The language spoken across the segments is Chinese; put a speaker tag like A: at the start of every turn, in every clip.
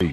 A: 旅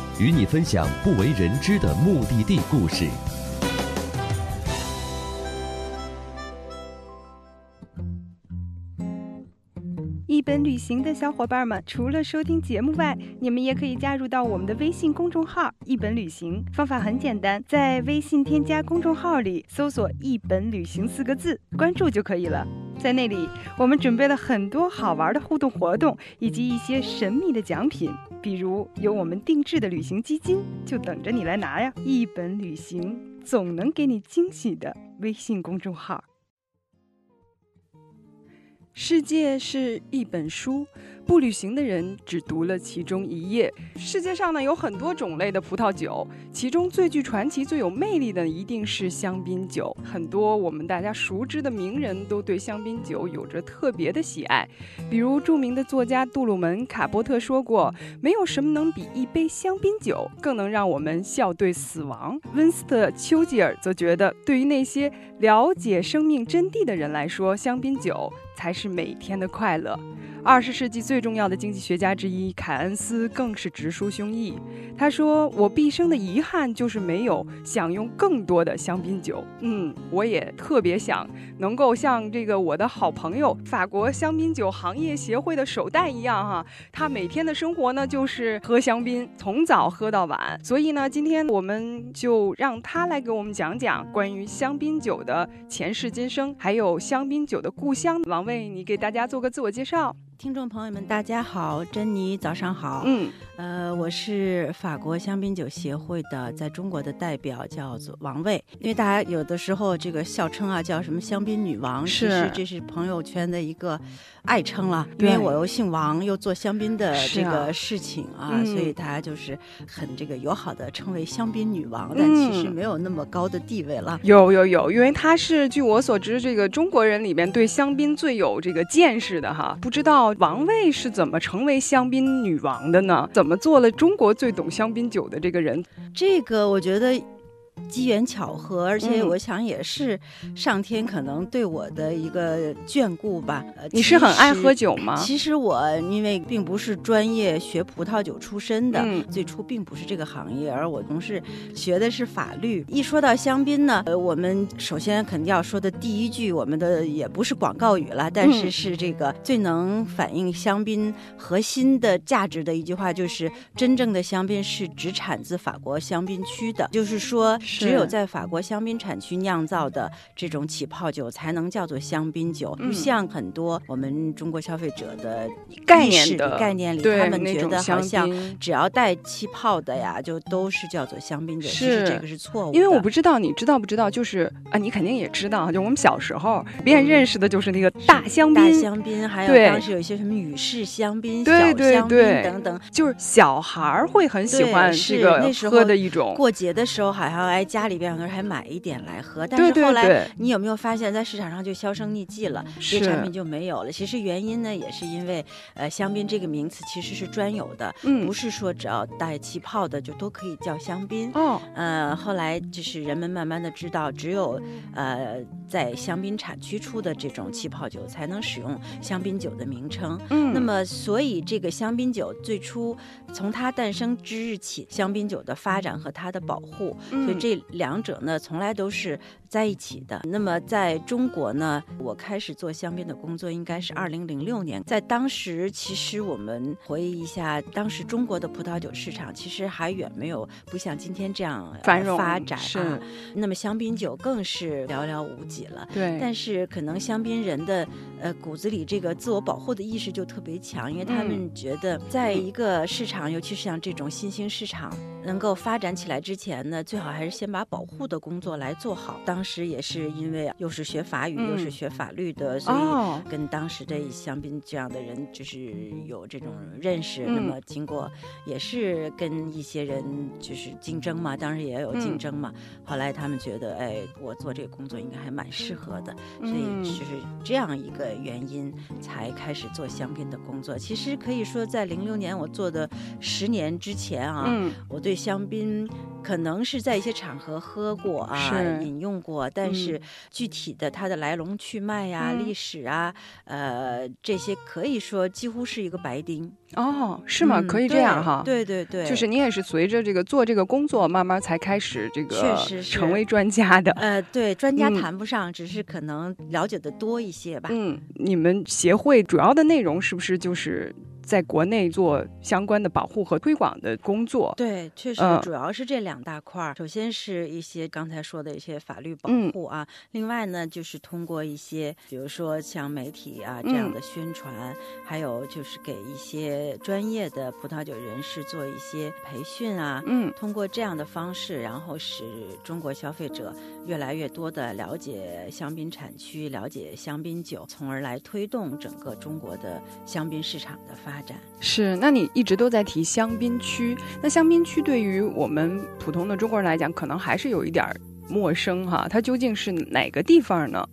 A: 与你分享不为人知的目的地故事。
B: 一本旅行的小伙伴们，除了收听节目外，你们也可以加入到我们的微信公众号“一本旅行”。方法很简单，在微信添加公众号里搜索“一本旅行”四个字，关注就可以了。在那里，我们准备了很多好玩的互动活动，以及一些神秘的奖品，比如有我们定制的旅行基金，就等着你来拿呀！一本旅行总能给你惊喜的微信公众号。
C: 世界是一本书，不旅行的人只读了其中一页。世界上呢有很多种类的葡萄酒，其中最具传奇、最有魅力的一定是香槟酒。很多我们大家熟知的名人都对香槟酒有着特别的喜爱，比如著名的作家杜鲁门·卡波特说过：“没有什么能比一杯香槟酒更能让我们笑对死亡。”温斯特·丘吉尔则觉得，对于那些了解生命真谛的人来说，香槟酒才是每天的快乐。二十世纪最重要的经济学家之一凯恩斯更是直抒胸臆，他说：“我毕生的遗憾就是没有享用更多的香槟酒。”嗯，我也特别想能够像这个我的好朋友法国香槟酒行业协会的首代一样哈、他每天的生活呢就是喝香槟，从早喝到晚。所以呢，今天我们就让他来给我们讲讲关于香槟酒的前世今生，还有香槟酒的故乡。王卫，你给大家做个自我介绍。
D: 听众朋友们，大家好，珍妮早上好。
C: 嗯，
D: 呃，我是法国香槟酒协会的在中国的代表，叫做王卫。因为大家有的时候这个笑称啊，叫什么香槟女王，
C: 是
D: 其实这是朋友圈的一个爱称了。因
C: 对
D: 为我又姓王，又做香槟的
C: 是
D: 这
C: 啊
D: 个事情啊，
C: 嗯
D: 所以大家就是很这个友好的称为香槟女王，
C: 嗯
D: 但其实没有那么高的地位了。
C: 有有有，因为他是据我所知，这个中国人里面对香槟最有这个见识的哈。不知道王卫是怎么成为香槟女王的呢？怎么做了中国最懂香槟酒的这个人？
D: 这个我觉得机缘巧合，而且
C: 嗯
D: 我想也是上天可能对我的一个眷顾吧。呃，
C: 你是很爱喝
D: 酒。
C: 酒吗？
D: 其实我因为并不是专业学葡萄酒出身的，
C: 嗯
D: 最初并不是这个行业，而我同事学的是法律。一说到香槟呢，呃，我们首先肯定要说的第一句，我们的也不是广告语了，但是
C: 嗯
D: 是这个最能反映香槟核心的价值的一句话，就是真正的香槟是只产自法国香槟区的，就是说
C: 是
D: 只有在法国香槟产区酿造的这种起泡酒才能叫做香槟酒，
C: 嗯
D: 不像很多我们中国消费者的
C: 概
D: 意
C: 念
D: 识
C: 的
D: 里概念里，
C: 对
D: 他们
C: 那
D: 觉
C: 种
D: 得好
C: 香
D: 像
C: 槟
D: 只要带气泡的呀，就都是叫做香槟酒。其
C: 是
D: 实这个是错误的，
C: 因为我不知道你知道不知道，就是啊，你肯定也知道，就我们小时候别人认识的就是那个大香槟，
D: 大香槟，还有
C: 对
D: 当时有一些什么雨式香槟、
C: 对对
D: 小香槟
C: 对
D: 等等。
C: 就是小孩儿会很喜
D: 对
C: 欢
D: 是
C: 这个
D: 那时候
C: 喝的一种，
D: 过节的时候好像哎，家里边有人还买一点来喝，但
C: 对
D: 是
C: 对
D: 后来
C: 对，
D: 你有没有发现，在市场上就销声匿迹了，
C: 是
D: 这产品就没有了？其实原因呢，也是因为呃，香槟这个名词其实是专有的，
C: 嗯
D: 不是说只要带气泡的就都可以叫香槟。
C: 哦，
D: 呃，后来就是人们慢慢的知道，只有呃在香槟产区出的这种气泡酒才能使用香槟酒的名称。
C: 嗯，
D: 那么，所以这个香槟酒最初从它诞生之日起，香槟酒的发展和它的保护，所以
C: 嗯
D: 这两者呢，从来都是在一起的。那么，在中国呢，我开始做香槟的工作应该是二零零六年，在当时，其实我们回忆一下，当时中国的葡萄酒市场其实还远没有不像今天这样呃
C: 繁荣
D: 发展
C: 是
D: 啊。那么，香槟酒更是寥寥无几了。
C: 对，
D: 但是可能香槟人的呃骨子里这个自我保护的意识就特别强，因为
C: 嗯
D: 他们觉得在一个市场，尤其是像这种新兴市场能够发展起来之前呢，最好还是先把保护的工作来做好。当时也是因为又是学法语、
C: 嗯
D: 又是学法律的，所以
C: 哦，
D: 跟当时的香槟这样的人就是有这种认识。
C: 嗯
D: 那么经过也是跟一些人就是竞争嘛，当时也有竞争
C: 嗯
D: 嘛。后来他们觉得，哎，我做这个工作应该还蛮适合的，所以
C: 嗯
D: 就是这样一个原因才开始做香槟的工作。其实可以说，在零六年我做的十年之前啊，
C: 嗯
D: 我对香槟可能是在一些场合喝过啊，
C: 是
D: 饮用过，但是
C: 嗯
D: 具体的它的来龙去脉呀、
C: 嗯
D: 历史啊，呃，这些可以说几乎是一个白丁，
C: 哦，是吗？
D: 嗯
C: 可以这
D: 对
C: 样哈。。
D: 对对对，
C: 就是你也是随着这个做这个工作，慢慢才开始这个
D: 确实是
C: 成为专家的。
D: 呃，对，专家
C: 嗯
D: 谈不上，只是可能了解的多一些吧。
C: 嗯，你们协会主要的内容是不是就是在国内做相关的保护和推广的工作？
D: 对，确实
C: 嗯
D: 主要是这两大块儿。首先是一些刚才说的一些法律保
C: 嗯
D: 护啊，另外呢就是通过一些，比如说像媒体啊这样
C: 嗯
D: 的宣传，还有就是给一些专业的葡萄酒人士做一些培训啊。
C: 嗯
D: 通过这样的方式，然后使中国消费者越来越多的了解香槟产区，了解香槟酒，从而来推动整个中国的香槟市场的发展。
C: 是。那你一直都在提香槟区，那香槟区对于我们普通的中国人来讲，可能还是有一点儿陌生哈。它究竟是哪个地方呢？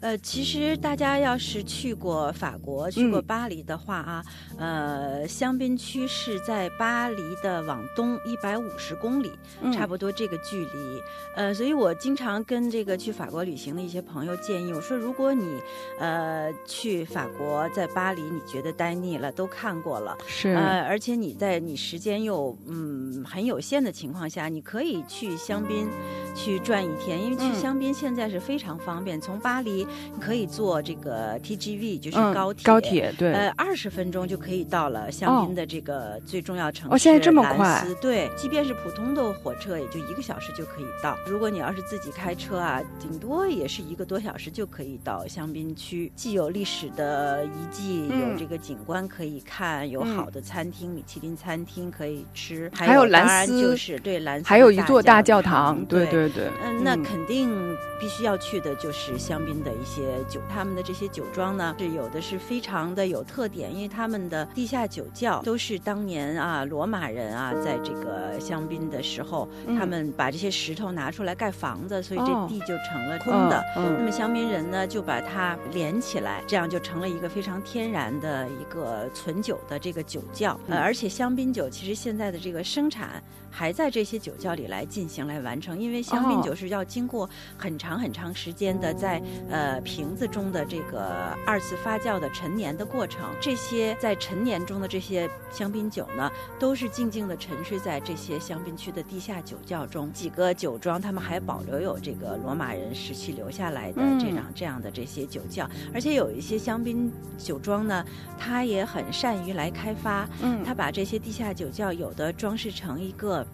D: 呃，其实大家要是去过法国、去过巴黎的话啊，呃，香槟区是在巴黎的往东一百五十公里，嗯差
C: 不
D: 不多这个距离。呃，所以我经常跟这个去法国旅行的一些朋友建议，我说如果你呃去法国，在巴黎你觉得待腻了，都看过了，
C: 是。
D: 呃，而且你在你时间又嗯很有限的情况下，你可以去香槟去转一天，因为去
C: 嗯
D: 香槟现在是非常方便，从巴黎你可以坐这个 TGV，就是
C: 嗯
D: 高铁。
C: 高铁对，
D: 呃，二十分钟就可以到了香槟的这个最重要城市、
C: 哦现在这么快
D: 兰斯对，即便是普通的火车，也就一个小时就可以到。如果你要是自己开车啊，顶多也是一个多小时就可以到香槟区。既有历史的遗迹，
C: 嗯
D: 有这个景观可以看，有
C: 嗯
D: 好的餐厅，米其林餐厅可以吃，
C: 还有
D: 有当
C: 兰
D: 然
C: 斯
D: 就是对兰斯的，
C: 还有一座大教堂，
D: 对
C: 对。对对，
D: 嗯，那肯定必须要去的就是香槟的一些酒，他们的这些酒庄呢，是有的是非常的有特点，因为他们的地下酒窖都是当年啊罗马人啊在这个香槟的时候，
C: 嗯
D: 他们把这些石头拿出来盖房子，所以
C: 哦
D: 这地就成了空的。那
C: 嗯，
D: 么香槟人呢，就把它连起来，这样就成了一个非常天然的一个存酒的这个酒窖。呃，
C: 嗯
D: 而且香槟酒其实现在的这个生产还在这些酒窖里来进行来完成，因为香槟
C: 哦
D: 酒是要经过很长很长时间的在呃瓶子中的这个二次发酵的陈年的过程。这些在陈年中的这些香槟酒呢，都是静静地沉睡在这些香槟区的地下酒窖中。几个酒庄他们还保留有这个罗马人时期留下来的
C: 嗯
D: 这样这样的这些酒窖，而且有一些香槟酒庄呢，它也很善于来开发，
C: 嗯
D: 它把这些地下酒窖有的装饰成一个。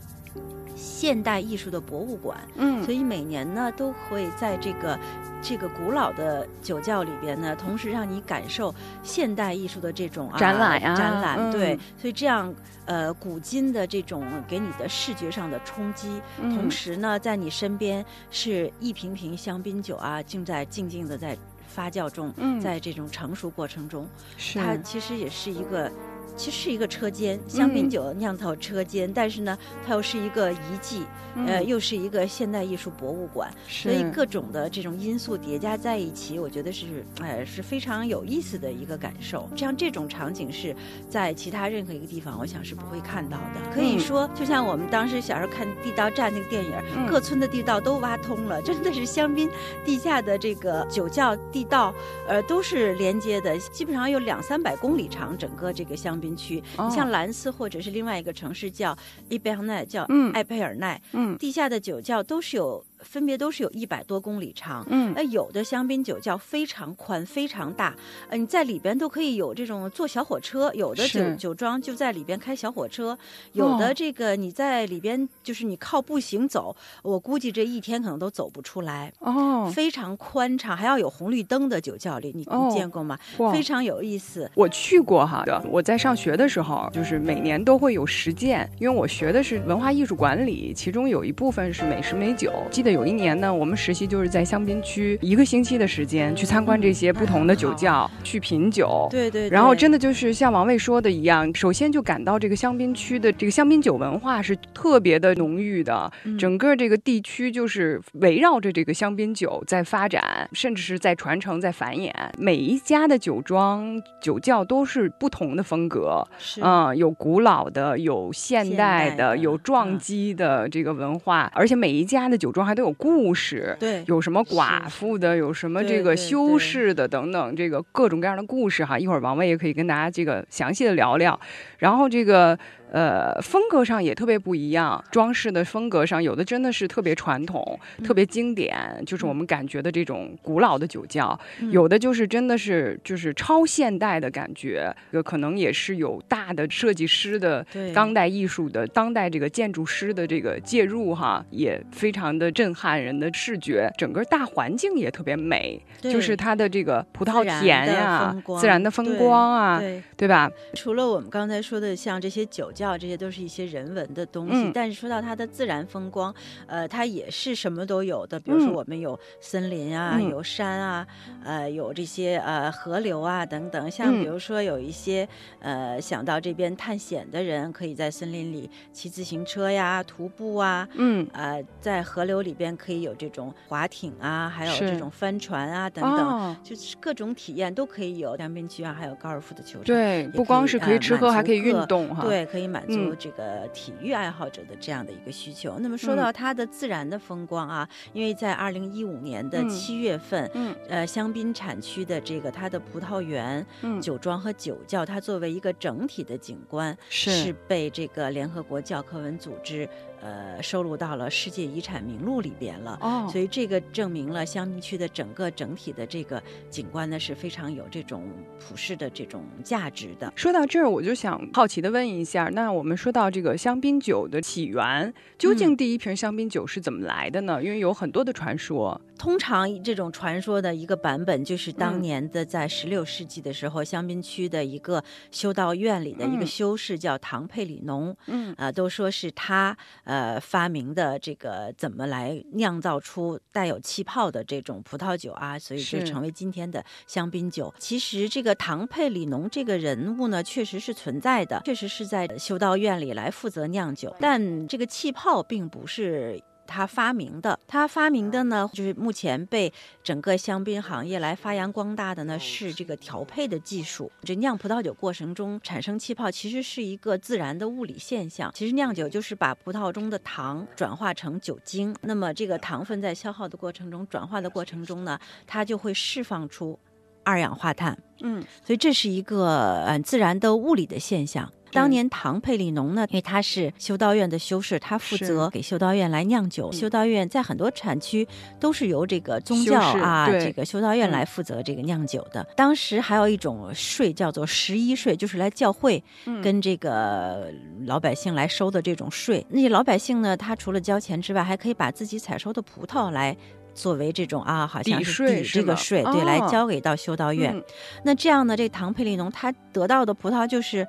D: 现代艺术的博物馆，
C: 嗯
D: 所以每年呢都会在这个这个古老的酒窖里边呢，同时让你感受现代艺术的这种、啊、
C: 展览啊
D: 展览、
C: 嗯
D: 对，所以这样呃古今的这种给你的视觉上的冲击，
C: 嗯
D: 同时呢，在你身边是一瓶瓶香槟酒啊，正在静静的在发酵中，
C: 嗯
D: 在这种成熟过程中，
C: 是
D: 它其实也是一个。其实是一个车间，香槟
C: 嗯
D: 酒酿造车间，但是呢，它又是一个遗迹，呃，
C: 嗯
D: 又是一个现代艺术博物馆，所以
C: 是
D: 各种的这种因素叠加在一起，我觉得是哎是非常有意思的一个感受。像这种场景是在其他任何一个地方，我想是不会看到的。可以
C: 嗯
D: 说，就像我们当时小时候看《地道战》那个电影，
C: 嗯
D: 各村的地道都挖通了，真的是香槟地下的这个酒窖地道，呃，都是连接的，基本上有两三百公里长，整个这个香槟
C: 哦
D: 区。你像兰斯或者是另外一个城市叫伊贝尔奈，叫
C: 嗯
D: 埃佩尔奈，
C: 嗯
D: 地下的酒窖都是有分别都是有一百多公里长。
C: 嗯
D: 那有的香槟酒窖非常宽、非常大，呃，你在里边都可以有这种坐小火车，有的酒
C: 是哦
D: 酒庄就在里边开小火车，有的这个你在里边就是你靠步行走，我估计这一天可能都走不出来。
C: 哦，
D: 非常宽敞，还要有红绿灯的酒窖里，你
C: 哦
D: 你见过吗？
C: 哇
D: 非常有意思。
C: 我去过哈，我在上学的时候，就是每年都会有实践，因为我学的是文化艺术管理，其中有一部分是美食美酒。记得有一年呢，我们实习就是在香槟区一个星期的时间去参观这些不同的酒窖，去品酒。
D: 对对
C: 然后真
D: 的
C: 的就是像王卫说的一样，首先就感到这个香槟区的这个香槟酒文化是特别的浓郁的，
D: 嗯
C: 整个这个地区就是围绕着这个香槟酒在发展，甚至是在传承、在繁衍。每一家的酒庄、酒窖都是不同的风格，
D: 是
C: 嗯，有古老的，有现代的，
D: 现代的嗯
C: 有撞击的这个文化，而且每一家的酒庄还都有故事。
D: 对
C: 有什么寡
D: 是
C: 妇的，有什么
D: 对
C: 这个
D: 对
C: 修
D: 对
C: 士的等等，这个各种各样的故事哈。一会儿王卫也可以跟大家这个详细的聊聊。然后这个呃风格上也特别不一样，装饰的风格上有的真的是特别传统、特
D: 嗯
C: 别经典，就是我们感觉的这种古老的酒窖；
D: 嗯
C: 有的就是真的是就是超现代的感觉，这个可能也是有大的设计师的
D: 对
C: 当代艺术的当代这个建筑师的这个介入哈，也非常的震撼人的视觉，整个大环境也特别美，
D: 对
C: 就是它的这个葡萄
D: 自然
C: 田
D: 的
C: 呀、
D: 风光
C: 自然的风光啊，
D: 对，
C: 对吧？
D: 除了我们刚才说的，像这些酒窖，这些都是一些人文的东西。
C: 嗯
D: 但是说到它的自然风光，呃，它也是什么都有的。比如说
C: 嗯
D: 我们有森林啊，
C: 嗯
D: 有山啊，呃，有这些呃河流啊等等。像
C: 嗯
D: 比如说有一些、呃想到这边探险的人，可以在森林里骑自行车呀、徒步啊。
C: 嗯，
D: 呃，在河流里边可以有这种划艇啊，还有
C: 是
D: 这种帆船啊等等，
C: 哦
D: 就是各种体验都可以有。江边区啊，还有高尔夫的球场，
C: 对，
D: 也
C: 不光是可以
D: 呃
C: 吃
D: 满
C: 喝，
D: 足
C: 还可以运
D: 各
C: 动哈。，
D: 对，可以满足
C: 嗯
D: 这个体育爱好者的这样的一个需求。那么说
C: 嗯
D: 到它的自然的风光啊，因为在二零一五年的
C: 嗯
D: 七月份，
C: 嗯
D: 呃，香槟产区的这个它的葡萄园、
C: 嗯，
D: 酒庄和酒窖，它作为一个整体的景观，是
C: 是
D: 被这个联合国教科文组织呃收录到了世界遗产名录里边了。
C: 哦
D: 所以这个证明了香槟区的整个整体的这个景观呢是非常有这种普世的这种价值的。
C: 说到这儿，我就想好奇的问一下，那我们说到这个香槟酒的起源，究竟第一瓶香槟酒是怎么来的呢？因为有很多的传说。
D: 通常这种传说的一个版本，就是
C: 嗯
D: 当年的在十六世纪的时候，香槟区的一个修道院里的一
C: 嗯
D: 个修士叫唐佩里农，
C: 嗯
D: 啊、都说是他呃发明的这个怎么来酿造出带有气泡的这种葡萄酒啊，所以就是成为今天的香槟酒。其实这个唐佩里农这个人物呢，确实是存在的，确实是在修道院里来负责酿酒，但这个气泡并不是。他发明的，他发明的呢，就是目前被整个香槟行业来发扬光大的呢，是这个调配的技术。这酿葡萄酒过程中产生气泡，其实是一个自然的物理现象。其实酿酒就是把葡萄中的糖转化成酒精，那么这个糖分在消耗的过程中、转化的过程中呢，它就会释放出二氧化碳。
C: 嗯
D: 所以这是一个嗯自然的物理的现象。当年唐佩里农呢，因为他是修道院的修士，他负
C: 是
D: 责给修道院来酿酒。修道院在很多产区都是由这个宗
C: 修
D: 教
C: 士
D: 啊，
C: 对
D: 这个修道
C: 嗯
D: 院来负责这个酿酒的。当时还有一种税叫做十一税，就是来教会
C: 嗯
D: 跟这个老百姓来收的这种税。那些老百姓呢，他除了交钱之外，还可以把自己采收的葡萄来作为这种啊，好像
C: 抵
D: 是
C: 税
D: 抵
C: 是
D: 这个
C: 吗
D: 税，对，来
C: 哦
D: 交给到修道院。
C: 嗯
D: 那这样呢，这唐佩利农他得到的葡萄就是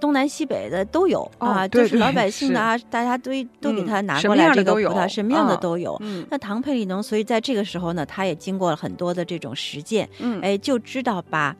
D: 东南西北的都有、
C: 哦
D: 啊，
C: 对
D: 就是
C: 对
D: 老百姓的啊，大家都都给
C: 嗯
D: 他拿
C: 什
D: 过
C: 么
D: 来
C: 样
D: 这
C: 的
D: 个
C: 都
D: 葡萄，
C: 有
D: 什么样的
C: 啊
D: 都有。
C: 嗯
D: 那唐佩利农，所以在这个时候呢，他也经过了很多的这种实践，
C: 嗯，
D: 哎，就知道把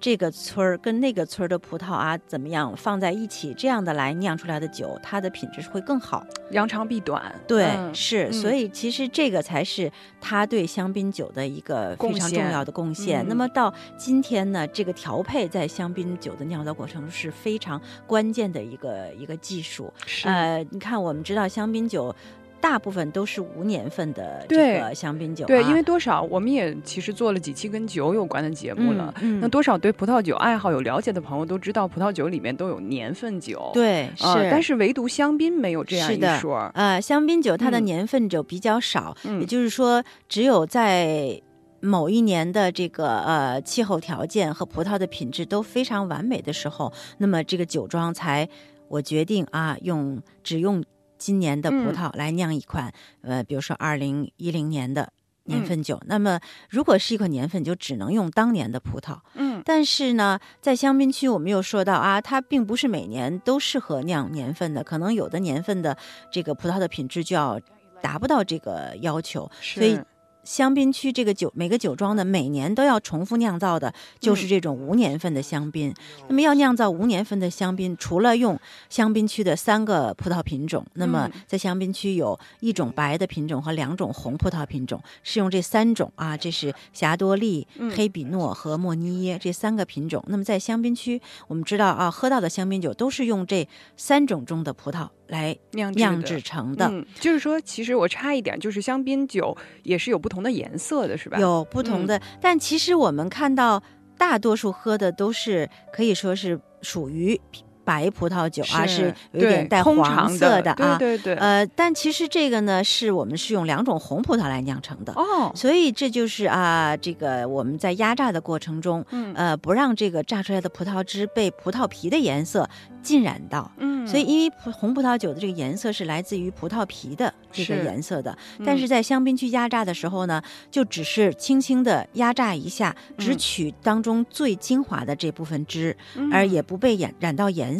D: 这个村儿跟那个村儿的葡萄啊，怎么样放在一起，这样的来酿出来的酒，它的品质是会更好。
C: 扬长避短。
D: 对，
C: 嗯
D: 是，所
C: 嗯
D: 以其实这个才是他对香槟酒的一个非
C: 贡
D: 常重
C: 献
D: 要的贡献。那
C: 嗯
D: 么到今天呢，这个调配在香槟酒的酿造过程中是非常关键的一个一个技术。
C: 是
D: 哎呃，你看，我们知道香槟酒。大部分都是无年份的
C: 对
D: 这个香槟酒、啊。
C: 对，因为多少我们也其实做了几期跟酒有关的节目了。
D: 嗯，嗯
C: 那多少对葡萄酒爱好有了解的朋友都知道，葡萄酒里面都有年份酒。
D: 对是、
C: 啊，但是唯独香槟没有这样
D: 是
C: 一
D: 的
C: 说儿。
D: 呃，香槟酒它的
C: 嗯
D: 年份酒比较少，
C: 嗯
D: 也就是说，只有在某一年的这个呃气候条件和葡萄的品质都非常完美的时候，那么这个酒庄才我决定啊，用只用今年的葡
C: 嗯
D: 萄来酿一款，呃，比如说二零一零年的。年
C: 嗯
D: 份酒，那么如果是一款年份酒，只能用当年的葡萄。
C: 嗯，
D: 但是呢，在香槟区，我们又说到啊，它并不是每年都适合酿年份的，可能有的年份的这个葡萄的品质就要达不到这个要求。
C: 所
D: 所以香槟区这个酒，每个酒庄呢，每年都要重复酿造的，
C: 嗯
D: 就是这种无年份的香槟。那
C: 哦
D: 么要酿造无年份的香槟，除了用香槟区的三个葡萄品种，那么
C: 嗯
D: 在香槟区有一种白的品种和两种红葡萄品种，是用这三种啊，这是霞多丽、
C: 嗯
D: 黑比诺和莫尼耶这三个品种。那么在香槟区，我们知道啊，喝到的香槟酒都是用这三种中的葡萄来
C: 酿制
D: 酿
C: 的
D: 制成的。
C: 嗯，就是说，其实我差一点，就是香槟酒也是有不同的颜色的，是吧？，嗯
D: 有不同的，但其实我们看到大多数喝的都是可以说是属于白葡萄酒啊，是有一
C: 对
D: 点带
C: 通
D: 黄
C: 常
D: 色
C: 的
D: 啊。
C: 对对对，
D: 呃，但其实这个呢，是我们是用两种红葡萄来酿成的，
C: 哦，
D: 所以这就是啊，这个我们在压榨的过程中，
C: 嗯
D: 呃，不让这个榨出来的葡萄汁被葡萄皮的颜色浸染到。
C: 嗯，
D: 所以，因为葡红葡萄酒的这个颜色是来自于葡萄皮的这个
C: 是
D: 颜色的，
C: 嗯
D: 但是在香槟区压榨的时候呢，就只是轻轻的压榨一下，只
C: 嗯
D: 取当中最精华的这部分汁，而也不被染染到颜色。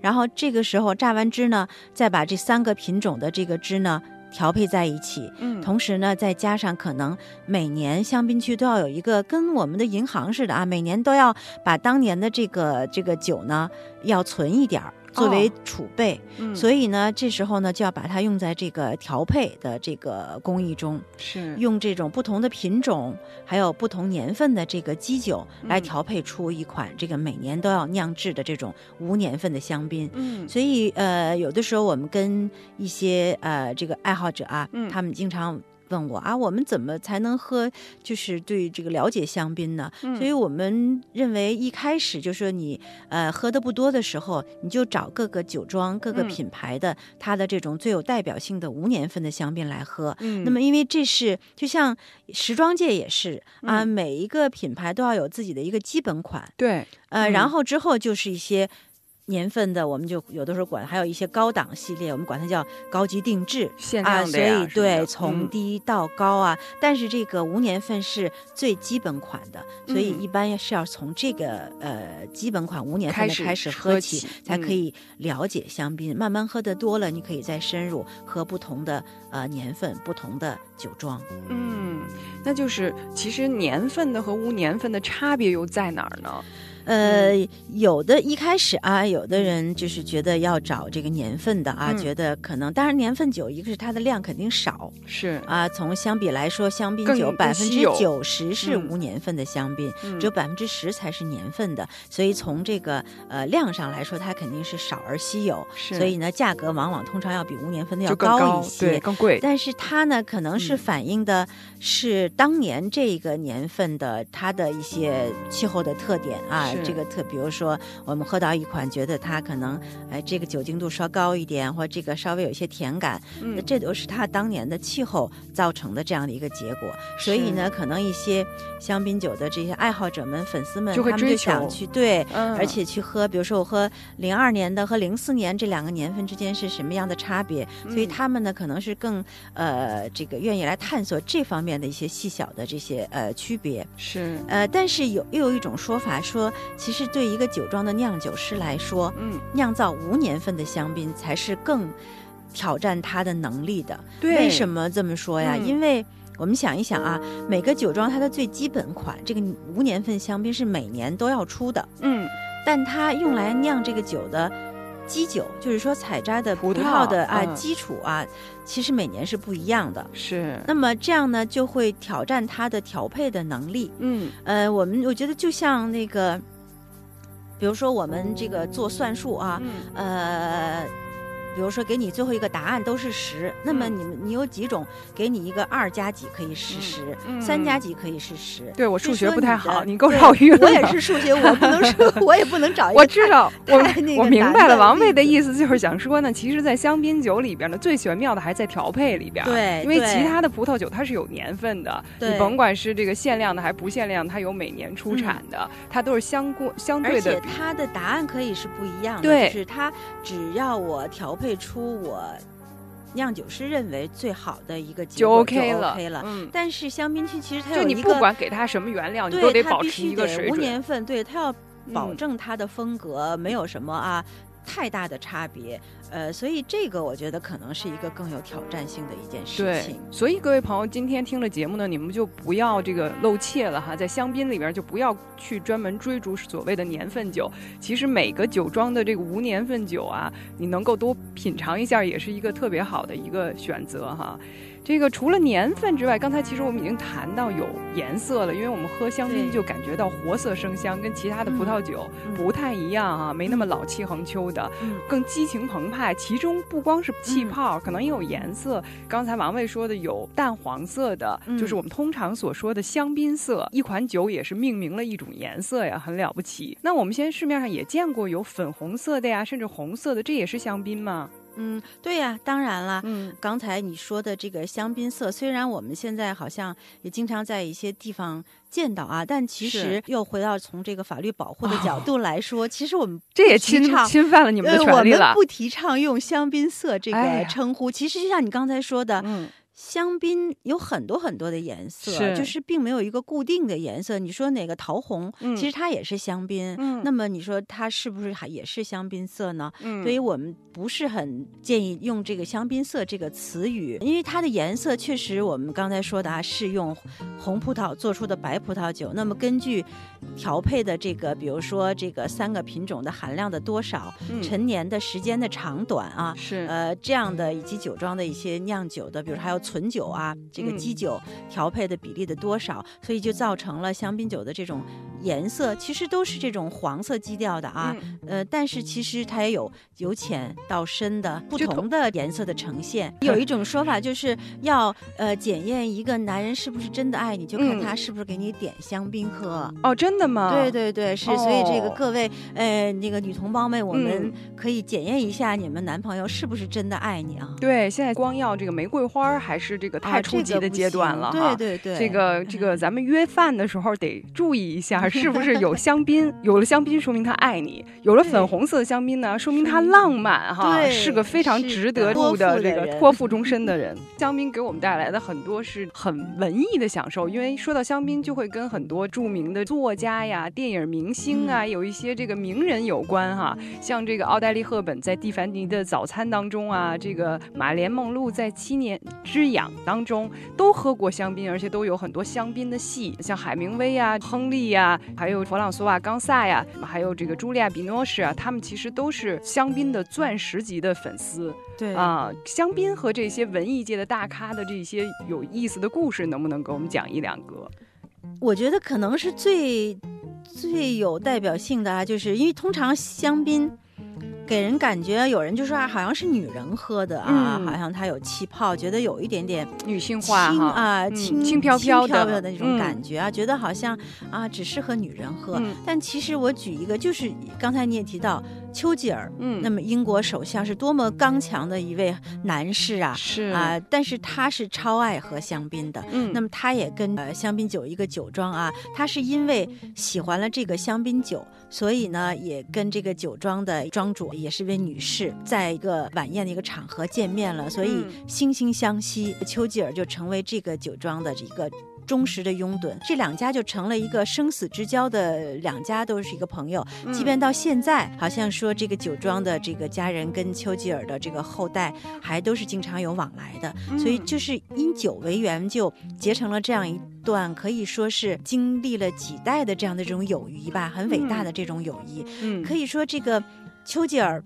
D: 然后这个时候榨完汁呢，再把这三个品种的这个汁呢调配在一起，
C: 嗯，
D: 同时呢，再加上可能每年香槟区都要有一个跟我们的银行似的啊，每年都要把当年的这个这个酒呢要存一点儿。作为
C: 哦
D: 储备，
C: 嗯
D: 所以呢，这时候呢就要把它用在这个调配的这个工艺中，
C: 嗯是
D: 用这种不同的品种，还有不同年份的这个基酒来
C: 嗯
D: 调配出一款这个每年都要酿制的这种无年份的香槟。
C: 嗯
D: 所以呃，有的时候我们跟一些呃这个爱好者啊，
C: 嗯
D: 他们经常。问我啊，我们怎么才能喝？就是对这个了解香槟呢？
C: 嗯
D: 所以我们认为一开始就说你呃喝的不多的时候，你就找各个酒庄、各个
C: 嗯
D: 品牌的、它的这种最有代表性的无年份的香槟来喝。
C: 嗯，
D: 那么，因为这是就像时装界也是啊，
C: 嗯
D: 每一个品牌都要有自己的一个基本款，
C: 对，
D: 呃，
C: 嗯
D: 然后之后就是一些年份的，我们就有的时候管，还有一些高档系列，我们管它叫高级定制。
C: 限
D: 啊，
C: 量
D: 所
C: 的呀
D: 以
C: 什么
D: 对，
C: 的
D: 从
C: 嗯
D: 低到高啊，但是这个无年份是最基本款的，所以
C: 嗯
D: 一般是要从这个呃基本款无年份
C: 开
D: 的
C: 始
D: 开始
C: 喝
D: 喝
C: 起
D: 起，才可
C: 嗯
D: 以了解香槟。慢慢喝的多了，你可以再深入喝不同的呃年份、不同的酒庄。
C: 嗯，那就是其实年份的和无年份的差别又在哪儿呢？
D: 呃，
C: 嗯
D: 有的一开始啊，有的人就是觉得要找这个年份的啊，
C: 嗯
D: 觉得可能，当然年份酒，一个是它的量肯定少
C: 是
D: 啊，从相比来说，香槟
C: 更
D: 酒百
C: 更
D: 分
C: 稀
D: 之
C: 有
D: 九十是
C: 嗯
D: 无年份的香槟，
C: 嗯
D: 只有百分之十才是年份的，所以从这个呃量上来说，它肯定是少而稀有，
C: 是，
D: 所以呢，价格往往通常要比无年份的要
C: 就更高
D: 一
C: 对，
D: 些。
C: 更贵。
D: 但是它呢，可能是
C: 嗯
D: 反映的是当年这个年份的它的一些气候的特点啊
C: 是。
D: 这个特，比如说我们喝到一款，觉得它可能哎这个酒精度稍高一点，或这个稍微有一些甜感，
C: 嗯
D: 那这都是它当年的气候造成的这样的一个结果。所以呢，可能一些香槟酒的这些爱好者们、粉丝们，
C: 就会
D: 他们
C: 追
D: 就
C: 求
D: 想去对。
C: 嗯
D: 而且去喝，比如说我喝零二年的和零四年这两个年份之间是什么样的差别，所以
C: 嗯
D: 他们呢可能是更呃这个愿意来探索这方面的一些细小的这些呃区别。
C: 是
D: 呃，但是有又有一种说法说，其实对一个酒庄的酿酒师来说，
C: 嗯，
D: 酿造无年份的香槟才是更挑战他的能力的。
C: 对，
D: 为什么这么说呀？
C: 嗯
D: 因为我们想一想啊，每个酒庄它的最基本款，这个无年份香槟是每年都要出的，
C: 嗯
D: 但它用来酿这个酒的基酒，就是说采摘的
C: 葡
D: 葡
C: 萄
D: 萄的啊、
C: 嗯
D: 基础啊，其实每年是不一样的。
C: 是
D: 那么这样呢，就会挑战它的调配的能力。
C: 嗯
D: 呃，我们我觉得就像那个，比如说我们这个做算术啊，
C: 嗯
D: 呃，比如说给你最后一个答案都是十，那么
C: 嗯
D: 你们你有几种给你一个二加几可以是十、
C: 嗯
D: 三加几可以是 十？
C: 对我
D: 就
C: 数
D: 是
C: 学
D: 说
C: 不太
D: 你的
C: 好，你够绕晕了。
D: 我也是，数学，我不能说，我也不能找一个
C: 我知道，我
D: 太那个
C: 我明白了。
D: 难的
C: 王
D: 例
C: 卫的
D: 子
C: 意思就是想说呢，其实，在香槟酒里边呢，最玄妙的还在调配里边。
D: 对
C: 因为
D: 哎对
C: 其他的葡萄酒它是有年份的，你
D: 对
C: 甭管是这个限量的还不限量，它有每年出产的，它都是相过相
D: 嗯而
C: 对
D: 且
C: 的。
D: 它的答案可以是不一样的，
C: 对
D: 就是它只要我调配出我酿酒师认为最好的一个结
C: 就
D: 果
C: OK
D: 了。
C: 了，
D: OK 了
C: 嗯，
D: 但是香槟区其实它
C: 就
D: 有
C: 你
D: 一
C: 不
D: 个
C: 管给它什么原料，你
D: 对
C: 都得
D: 它
C: 保
D: 必
C: 持
D: 须
C: 一个
D: 得
C: 水
D: 无
C: 准，
D: 年份，对它要保
C: 嗯
D: 证它的风格没有什么啊。太大的差别，呃，所以这个我觉得可能是一个更有挑战性的一件事
C: 对
D: 情，。
C: 所以各位朋友，今天听了节目呢，你们就不要这个露怯了哈，在香槟里边就不要去专门追逐所谓的年份酒。其实每个酒庄的这个无年份酒啊，你能够多品尝一下，也是一个特别好的一个选择哈。这个除了年份之外，刚才其实我们已经谈到有颜色了，因为我们喝香槟
D: 对
C: 就感觉到活色生香，跟其他的葡萄酒
D: 嗯
C: 不太一样啊，没那么老气横秋的。
D: 嗯
C: 更激情澎湃，其中不光是气泡，可能也有
D: 嗯
C: 颜色。刚才王卫说的有淡黄色的，
D: 嗯
C: 就是我们通常所说的香槟色。一款酒也是命名了一种颜色呀，很了不起。那我们现在市面上也见过有粉红色的呀，甚至红色的，这也是香槟吗？
D: 嗯，对呀、当然了，
C: 嗯，
D: 刚才你说的这个香槟色，虽然我们现在好像也经常在一些地方见到啊，但其
C: 是
D: 实又回到从这个法律保护的角度来说，其实我们
C: 这也
D: 不提
C: 侵
D: 倡
C: 侵犯了你们的
D: 呃
C: 权利
D: 我们
C: 了。
D: 不提倡用香槟色这
C: 哎
D: 个
C: 呀
D: 称呼。其实就像你刚才说的，
C: 嗯，
D: 香槟有很多很多的颜色，
C: 是
D: 就是并没有一个固定的颜色。你说哪个桃红，
C: 嗯
D: 其实它也是香槟。
C: 嗯
D: 那么你说它是不是还也是香槟色呢？
C: 嗯
D: 所以我们不是很建议用这个香槟色这个词语，因为它的颜色确实我们刚才说的啊，是用红葡萄做出的白葡萄酒。那么根据调配的这个，比如说这个三个品种的含量的多少、
C: 嗯
D: 陈年的时间的长短啊，
C: 是
D: 呃，这样的以及酒庄的一些酿酒的，比如还有存酒啊，这个
C: 嗯
D: 基酒调配的比例的多少，所以就造成了香槟酒的这种颜色，其实都是这种黄色基调的啊。
C: 嗯
D: 呃，但是其实它也有由浅到深的不
C: 就
D: 同的颜色的呈现。有一种说法就是要呃检验一个男人是不是真的爱你，就看
C: 嗯
D: 他是不是给你点香槟喝。
C: 哦，真的吗？
D: 对对对，是，所以这个
C: 哦
D: 各位，呃，那个女同胞们，我们
C: 嗯
D: 可以检验一下你们男朋友是不是真的爱你啊？
C: 对，现在光要这个玫瑰花儿还是这个
D: 啊
C: 太初级的阶段了
D: 这
C: 哈。
D: 个不行对对对，
C: 这个这个，咱们约饭的时候得注意一下，是不是 有香槟？有了香槟，说明他爱你；有了粉红色的香槟呢，说明他浪漫哈，
D: 对
C: 是个非常
D: 是
C: 值
D: 的
C: 得
D: 托
C: 入的
D: 付
C: 这
D: 的
C: 个
D: 人
C: 托付终身的人。香槟给我们带来的很多是很文艺的享受，因为说到香槟，就会跟很多著名的作家呀、电影明星啊，有一些这个名人有关哈。像这个奥黛丽·赫本在《蒂凡尼的早餐》当中啊，这个玛莲·梦露在《七年之痒》当中都喝过香槟，而且都有很多香槟的戏，像海明威呀、亨利呀、还有弗朗索瓦·冈萨呀、还有这个茱莉亚·比诺什啊，他们其实都是香槟的钻石级的粉丝
D: 对，
C: 啊。香槟和这些文艺界的大咖的这些有意思的故事，能不能给我们讲一两个？
D: 我觉得可能是最最有代表性的啊，就是因为通常香槟。给人感觉有人就说啊，好像是女人喝的啊，
C: 嗯
D: 好像它有气泡，觉得有一点点
C: 女性
D: 轻
C: 化哈
D: 啊，
C: 嗯
D: 轻
C: 轻飘飘
D: 飘
C: 的
D: 的那种
C: 嗯
D: 感觉啊，觉得好像啊只适合女人喝。
C: 嗯
D: 但其实我举一个，就是刚才你也提到丘吉尔，
C: 嗯，
D: 那么英国首相是多么刚强的一位男士啊
C: 是
D: 啊、，但是他是超爱喝香槟的。
C: 嗯，
D: 那么他也跟呃香槟酒一个酒庄啊，他是因为喜欢了这个香槟酒，所以呢也跟这个酒庄的庄主也是位女士，在一个晚宴的一个场合见面了，所以
C: 嗯
D: 惺惺相惜，丘吉尔就成为这个酒庄的一个。忠实的拥趸，这两家就成了一个生死之交的两家，都是一个朋友。
C: 嗯
D: 即便到现在，好像说这个酒庄的这个家人跟丘吉尔的这个后代还都是经常有往来的，所以
C: 嗯
D: 就是因酒为缘，就结成了这样一段可以说是经历了几代的这样的这种友谊吧，很伟大的这种友谊。
C: 嗯
D: 可以说这个丘吉尔。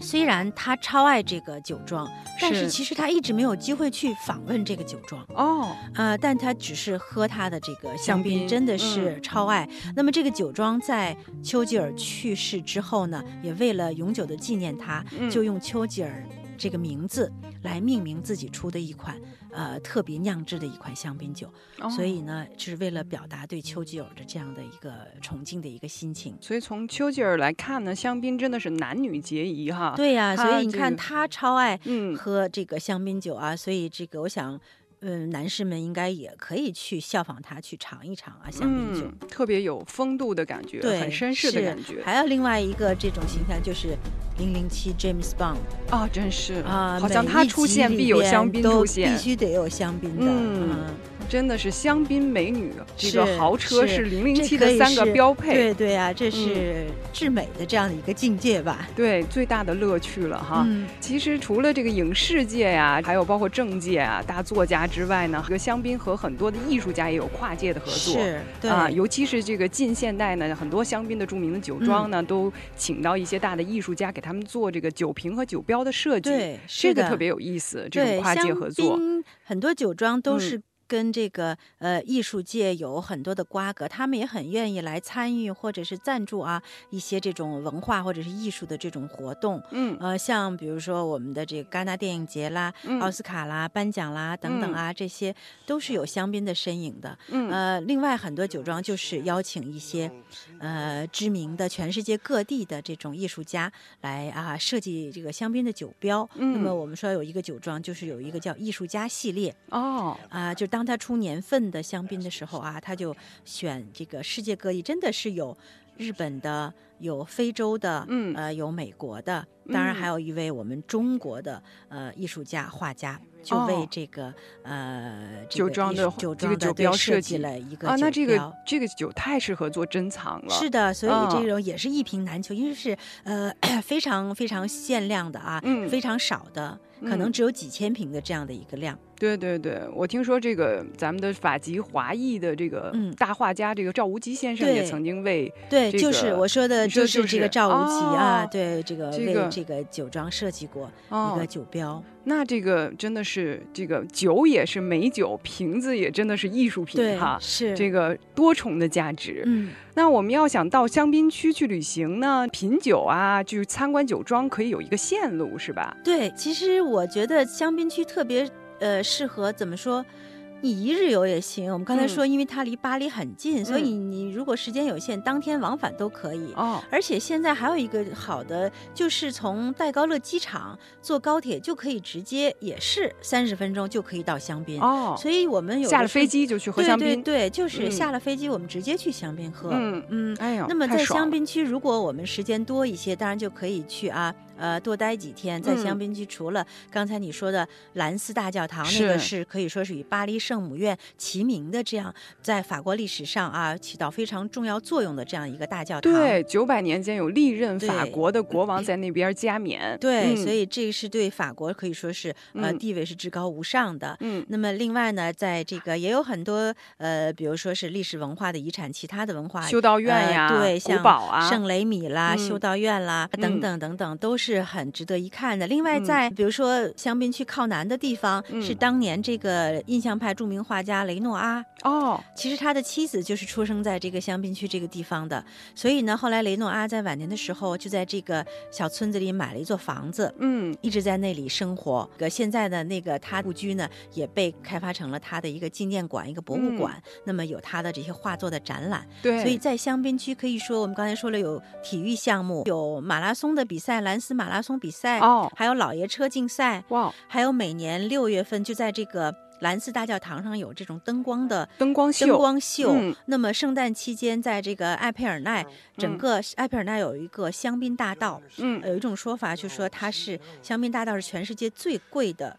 D: 虽然他超爱这个酒庄，但
C: 是
D: 是其实他一直没有机会去访问这个酒庄。
C: 哦，
D: 呃，但他只是喝他的这个
C: 香
D: 香槟，
C: 槟嗯
D: 真的是超爱。那么这个酒庄在丘吉尔去世之后呢，也为了永久的纪念他，
C: 嗯
D: 就用丘吉尔这个名字来命名自己出的一款呃特别酿制的一款香槟酒，
C: 哦
D: 所以呢，是为了表达对丘吉尔的这样的一个崇敬的一个心情。
C: 所以从丘吉尔来看呢，香槟真的是男女皆宜哈。，
D: 对呀、
C: 他
D: 所以你
C: 啊这
D: 看
C: 个
D: 他超爱
C: 嗯，
D: 喝这个香槟酒啊，所以这个我想，嗯，男士们应该也可以去效仿他去尝一尝啊，香槟酒。
C: 嗯，特别有风度的感觉，
D: 对，
C: 很绅士的
D: 是
C: 感觉
D: 还有另外一个这种形象就是零零七 James Bond
C: 啊，真是
D: 啊，
C: 好像
D: 每
C: 他
D: 一
C: 出
D: 集
C: 现
D: 里
C: 必有
D: 边
C: 香槟
D: 都
C: 出现
D: 必，须得有香槟的。啊
C: 嗯真的是香槟美女，这个
D: 是
C: 豪车
D: 是
C: 是零零
D: 这
C: 七
D: 可
C: 的
D: 以
C: 三个
D: 是
C: 标配，嗯
D: 对对啊，这是至美的这样的一个境界吧。
C: 对最大的乐趣了哈。
D: 嗯，
C: 其实除了这个影视界呀、还有包括政界啊、大作家之外呢，这个香槟和很多的艺术家也有跨界的合作。
D: 是，对
C: 啊，尤其是这个近现代呢，很多香槟的著名的酒庄
D: 嗯
C: 呢，都请到一些大的艺术家给他们做这个酒瓶和酒标的设计，
D: 对，
C: 这
D: 是
C: 个
D: 的，
C: 特别有意思，这
D: 对，
C: 种跨界
D: 香
C: 合作。
D: 槟很多酒庄都
C: 嗯
D: 是跟这个、呃艺术界有很多的瓜葛，他们也很愿意来参与或者是赞助啊一些这种文化或者是艺术的这种活动。
C: 嗯
D: 呃，像比如说我们的这个戛纳电影节啦、奥
C: 嗯
D: 斯卡啦、颁奖啦等等啊，这些都是有香槟的身影的。
C: 嗯，
D: 呃，另外很多酒庄就是邀请一些呃知名的全世界各地的这种艺术家来啊设计这个香槟的酒标。那么
C: 嗯
D: 我们说有一个酒庄就是有一个叫艺术家系列
C: 哦，
D: 啊，就当他出年份的香槟的时候啊，他就选这个世界各地，真的是有日本的，有非洲的，
C: 嗯
D: 呃，有美国的，当然还有一位我们中国的呃艺术家画家。就为
C: 哦
D: 这个、呃这
C: 酒
D: 个艺
C: 庄的
D: 术酒
C: 这
D: 庄
C: 个
D: 的
C: 酒
D: 对
C: 标设
D: 设
C: 计
D: 了一个
C: 啊，那
D: 酒
C: 这个
D: 标
C: 这个酒太适合做珍藏了。
D: 是的，所以
C: 嗯
D: 这种也是一瓶难求，因为是呃 非常非常限量的啊，
C: 嗯
D: 非常少的，可
C: 嗯
D: 能只有几千瓶的这样的一个量。
C: 对对对，我听说这个咱们的法籍华裔的这个
D: 嗯
C: 大画家，这个赵无极先生
D: 对
C: 也曾经为
D: 对，
C: 这
D: 就是
C: 个
D: 我说的，
C: 你说
D: 就
C: 就是
D: 这个赵无极啊，
C: 哦
D: 对，这个
C: 这
D: 为
C: 个
D: 这个酒庄设计过一
C: 哦
D: 个，酒标，
C: 那这个真的是这个酒也是美酒，瓶子也真的是艺术品
D: 对
C: 哈，。
D: 是
C: 这个多重的价值。
D: 嗯，
C: 那我们要想到香槟区去旅行呢，品酒啊，去参观酒庄可以有一个线路是吧？
D: 对，其实我觉得香槟区特别呃适合怎么说？你一日游也行。我们刚才
C: 嗯
D: 说，因为它离巴黎很近，所
C: 嗯
D: 以你如果时间有限，当天往返都可以。
C: 哦，
D: 而且现在还有一个好的，就是从戴高乐机场坐高铁就可以直接，也是三十分钟就可以到香槟。
C: 哦，
D: 所以我们有的
C: 下了
D: 时候
C: 飞机就去喝
D: 对
C: 香
D: 对
C: 槟，
D: 对，就是
C: 嗯
D: 下了飞机我们直接去香槟喝。
C: 嗯
D: 嗯
C: 哎呦，
D: 那么
C: 太
D: 在
C: 爽
D: 香
C: 了
D: 槟区，如果我们时间多一些，当然就可以去啊，呃，多待几天。在
C: 嗯
D: 香槟区，除了刚才你说的兰斯大教堂，那
C: 是
D: 个是可以说是与巴黎圣母院齐名的，这样在法国历史上啊起到非常重要作用的这样一个大教堂。
C: 对，九百年间有历任法
D: 对嗯
C: 国的国王在那边加冕。
D: 对，
C: 嗯
D: 所以这是对法国可以说是呃
C: 嗯
D: 地位是至高无上的。
C: 嗯
D: 那么另外呢，在这个也有很多呃，比如说是历史文化的遗产，其他的文化
C: 修道院
D: 呃
C: 呀、
D: 对，
C: 古
D: 像
C: 堡啊，
D: 圣雷米啦、
C: 嗯
D: 修道院啦
C: 嗯
D: 等等等等，都是很值得一看的。另外
C: 嗯
D: 在，比如说香槟区靠南的地方，
C: 嗯
D: 是当年这个印象派著名画家雷诺阿，
C: 哦，
D: 其实他的妻子就是出生在这个香槟区这个地方的。所以呢，后来雷诺阿在晚年的时候，就在这个小村子里买了一座房子，
C: 嗯，
D: 一直在那里生活。呃，现在的那个他故居呢，也被开发成了他的一个纪念馆、一个博物馆。那么有他的这些画作的展览。
C: 嗯对，
D: 所以在香槟区可以说，我们刚才说了有体育项目，有马拉松的比赛，兰斯马拉松比赛，
C: 哦
D: 还有老爷车竞赛，
C: 哇，
D: 还有每年六月份就在这个兰斯大教堂上有这种灯光的
C: 灯光秀，
D: 灯光秀。
C: 嗯
D: 那么圣诞期间，在这个埃佩尔奈，整个埃佩尔奈有一个香槟大道，
C: 嗯，
D: 呃有一种说法就说它
C: 哦
D: 是香槟大道是全世界最贵的。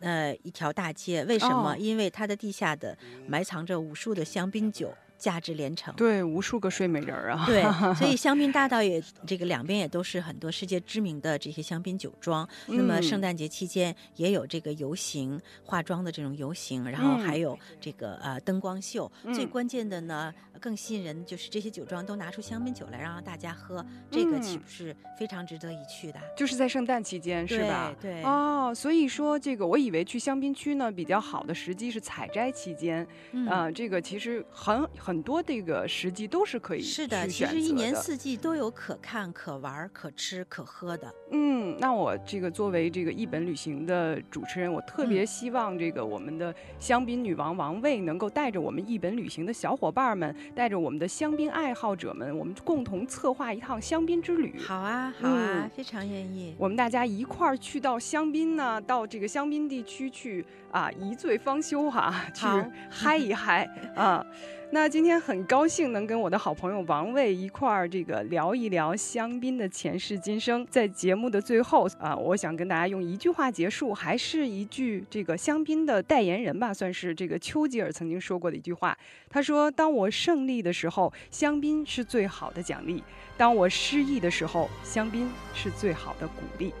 D: 呃，一条大街，为什么？
C: 哦
D: 因为它的地下的埋藏着无数的香槟酒，价值连城。
C: 对，无数个睡美人儿啊，
D: 对，所以香槟大道也这个两边也都是很多世界知名的这些香槟酒庄。那么
C: 嗯
D: 圣诞节期间也有这个游行化妆的这种游行，然后还有这个呃灯光秀。最
C: 嗯
D: 关键的呢，更吸引人的就是这些酒庄都拿出香槟酒来让大家喝，这个岂
C: 嗯
D: 不是非常值得一去的？啊
C: 就是在圣诞期间是吧？
D: 对对
C: 哦，所以说这个，我以为去香槟区呢比较好的时机是采摘期间，
D: 嗯
C: 呃，这个其实很很多这个时机都是可以
D: 是的，
C: 去
D: 其
C: 选
D: 实一
C: 择
D: 年
C: 的
D: 四季都有可看、可玩、可吃、可喝的。
C: 嗯，那我这个作为这个一本旅行的主持人，我特别希望这个我们的香槟女王王卫能够带着我们一本旅行的小伙伴们，带着我们的香槟爱好者们，我们共同策划一趟香槟之旅。
D: 好啊，好啊，
C: 嗯
D: 非常愿意。
C: 我们大家一块儿去到香槟呢、到这个香槟地区去啊，一醉方休哈、 去
D: 好
C: 嗨一嗨啊。那今天很高兴能跟我的好朋友王卫一块儿这个聊一聊香槟的前世今生。在节目的最后啊，我想跟大家用一句话结束，还是一句这个香槟的代言人吧，算是这个丘吉尔曾经说过的一句话。他说：“当我胜利的时候，香槟是最好的奖励；当我失意的时候，香槟是最好的鼓励。”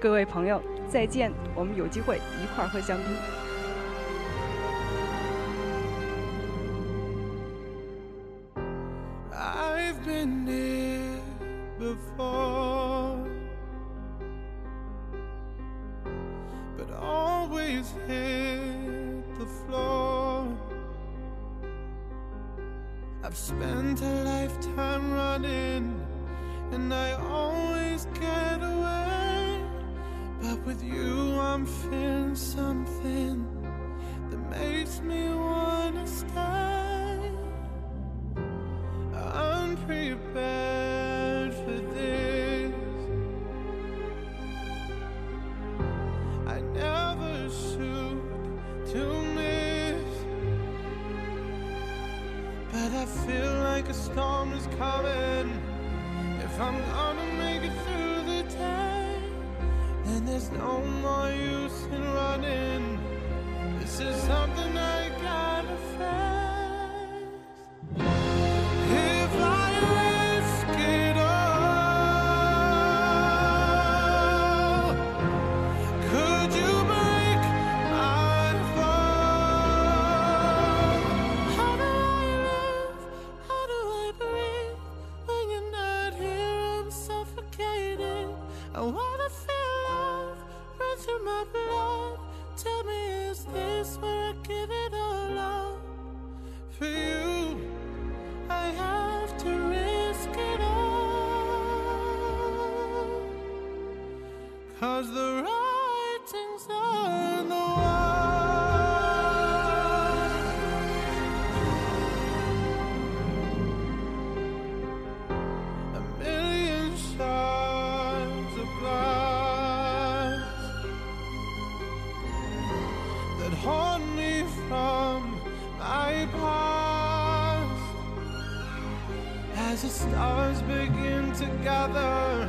C: 各位朋友，再见！我们有机会一块儿喝香槟。
E: I've been here before, but always hit the floor. I've spent a lifetime running, and I always get away. But with you, I'm feeling something that makes me wanna stay unprepared for this. I never shoot to miss, but I feel like a storm is coming. If I'm gonna make it through the day, then there's no more use in running. This is something I gotta face. If I risk it all, could you break my fall? How do I live? How do I breathe when you're not here? I'm suffocating. I wanna feel love run through my blood. Tell me, is this where I give it all up for you? I have to risk it all. Cause the writing's on the wall. A million shards of glass that haunt me from my past. As the stars begin to gather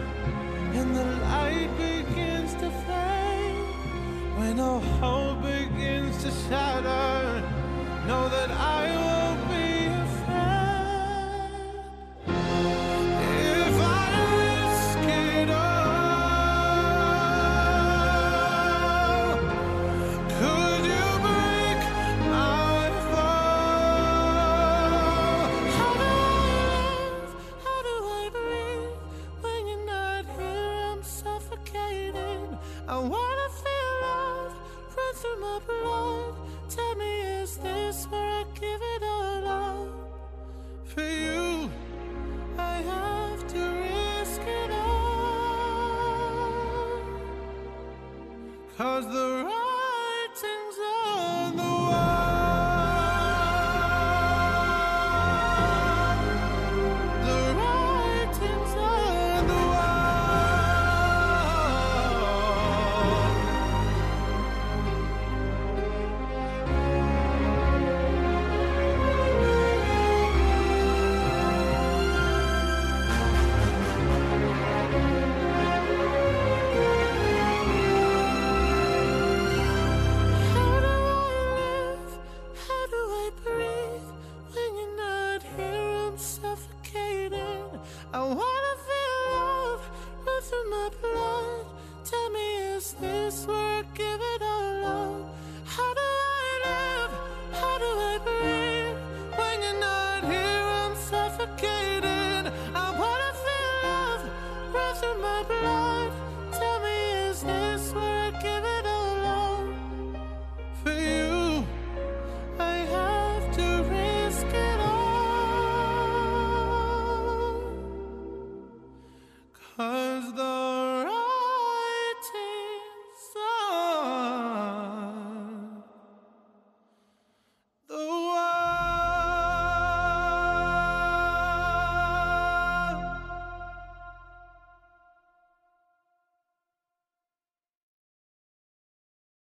E: and the light begins to fade, when all hope begins to shatter, know that I won't be afraid. If I risk it all, could you break my fall? How do I live? How do I breathe when you're not here? I'm suffocating. I wanna feel love run through my blood. Tell me, is this where I give it all up for you? I have to risk it all. Cause the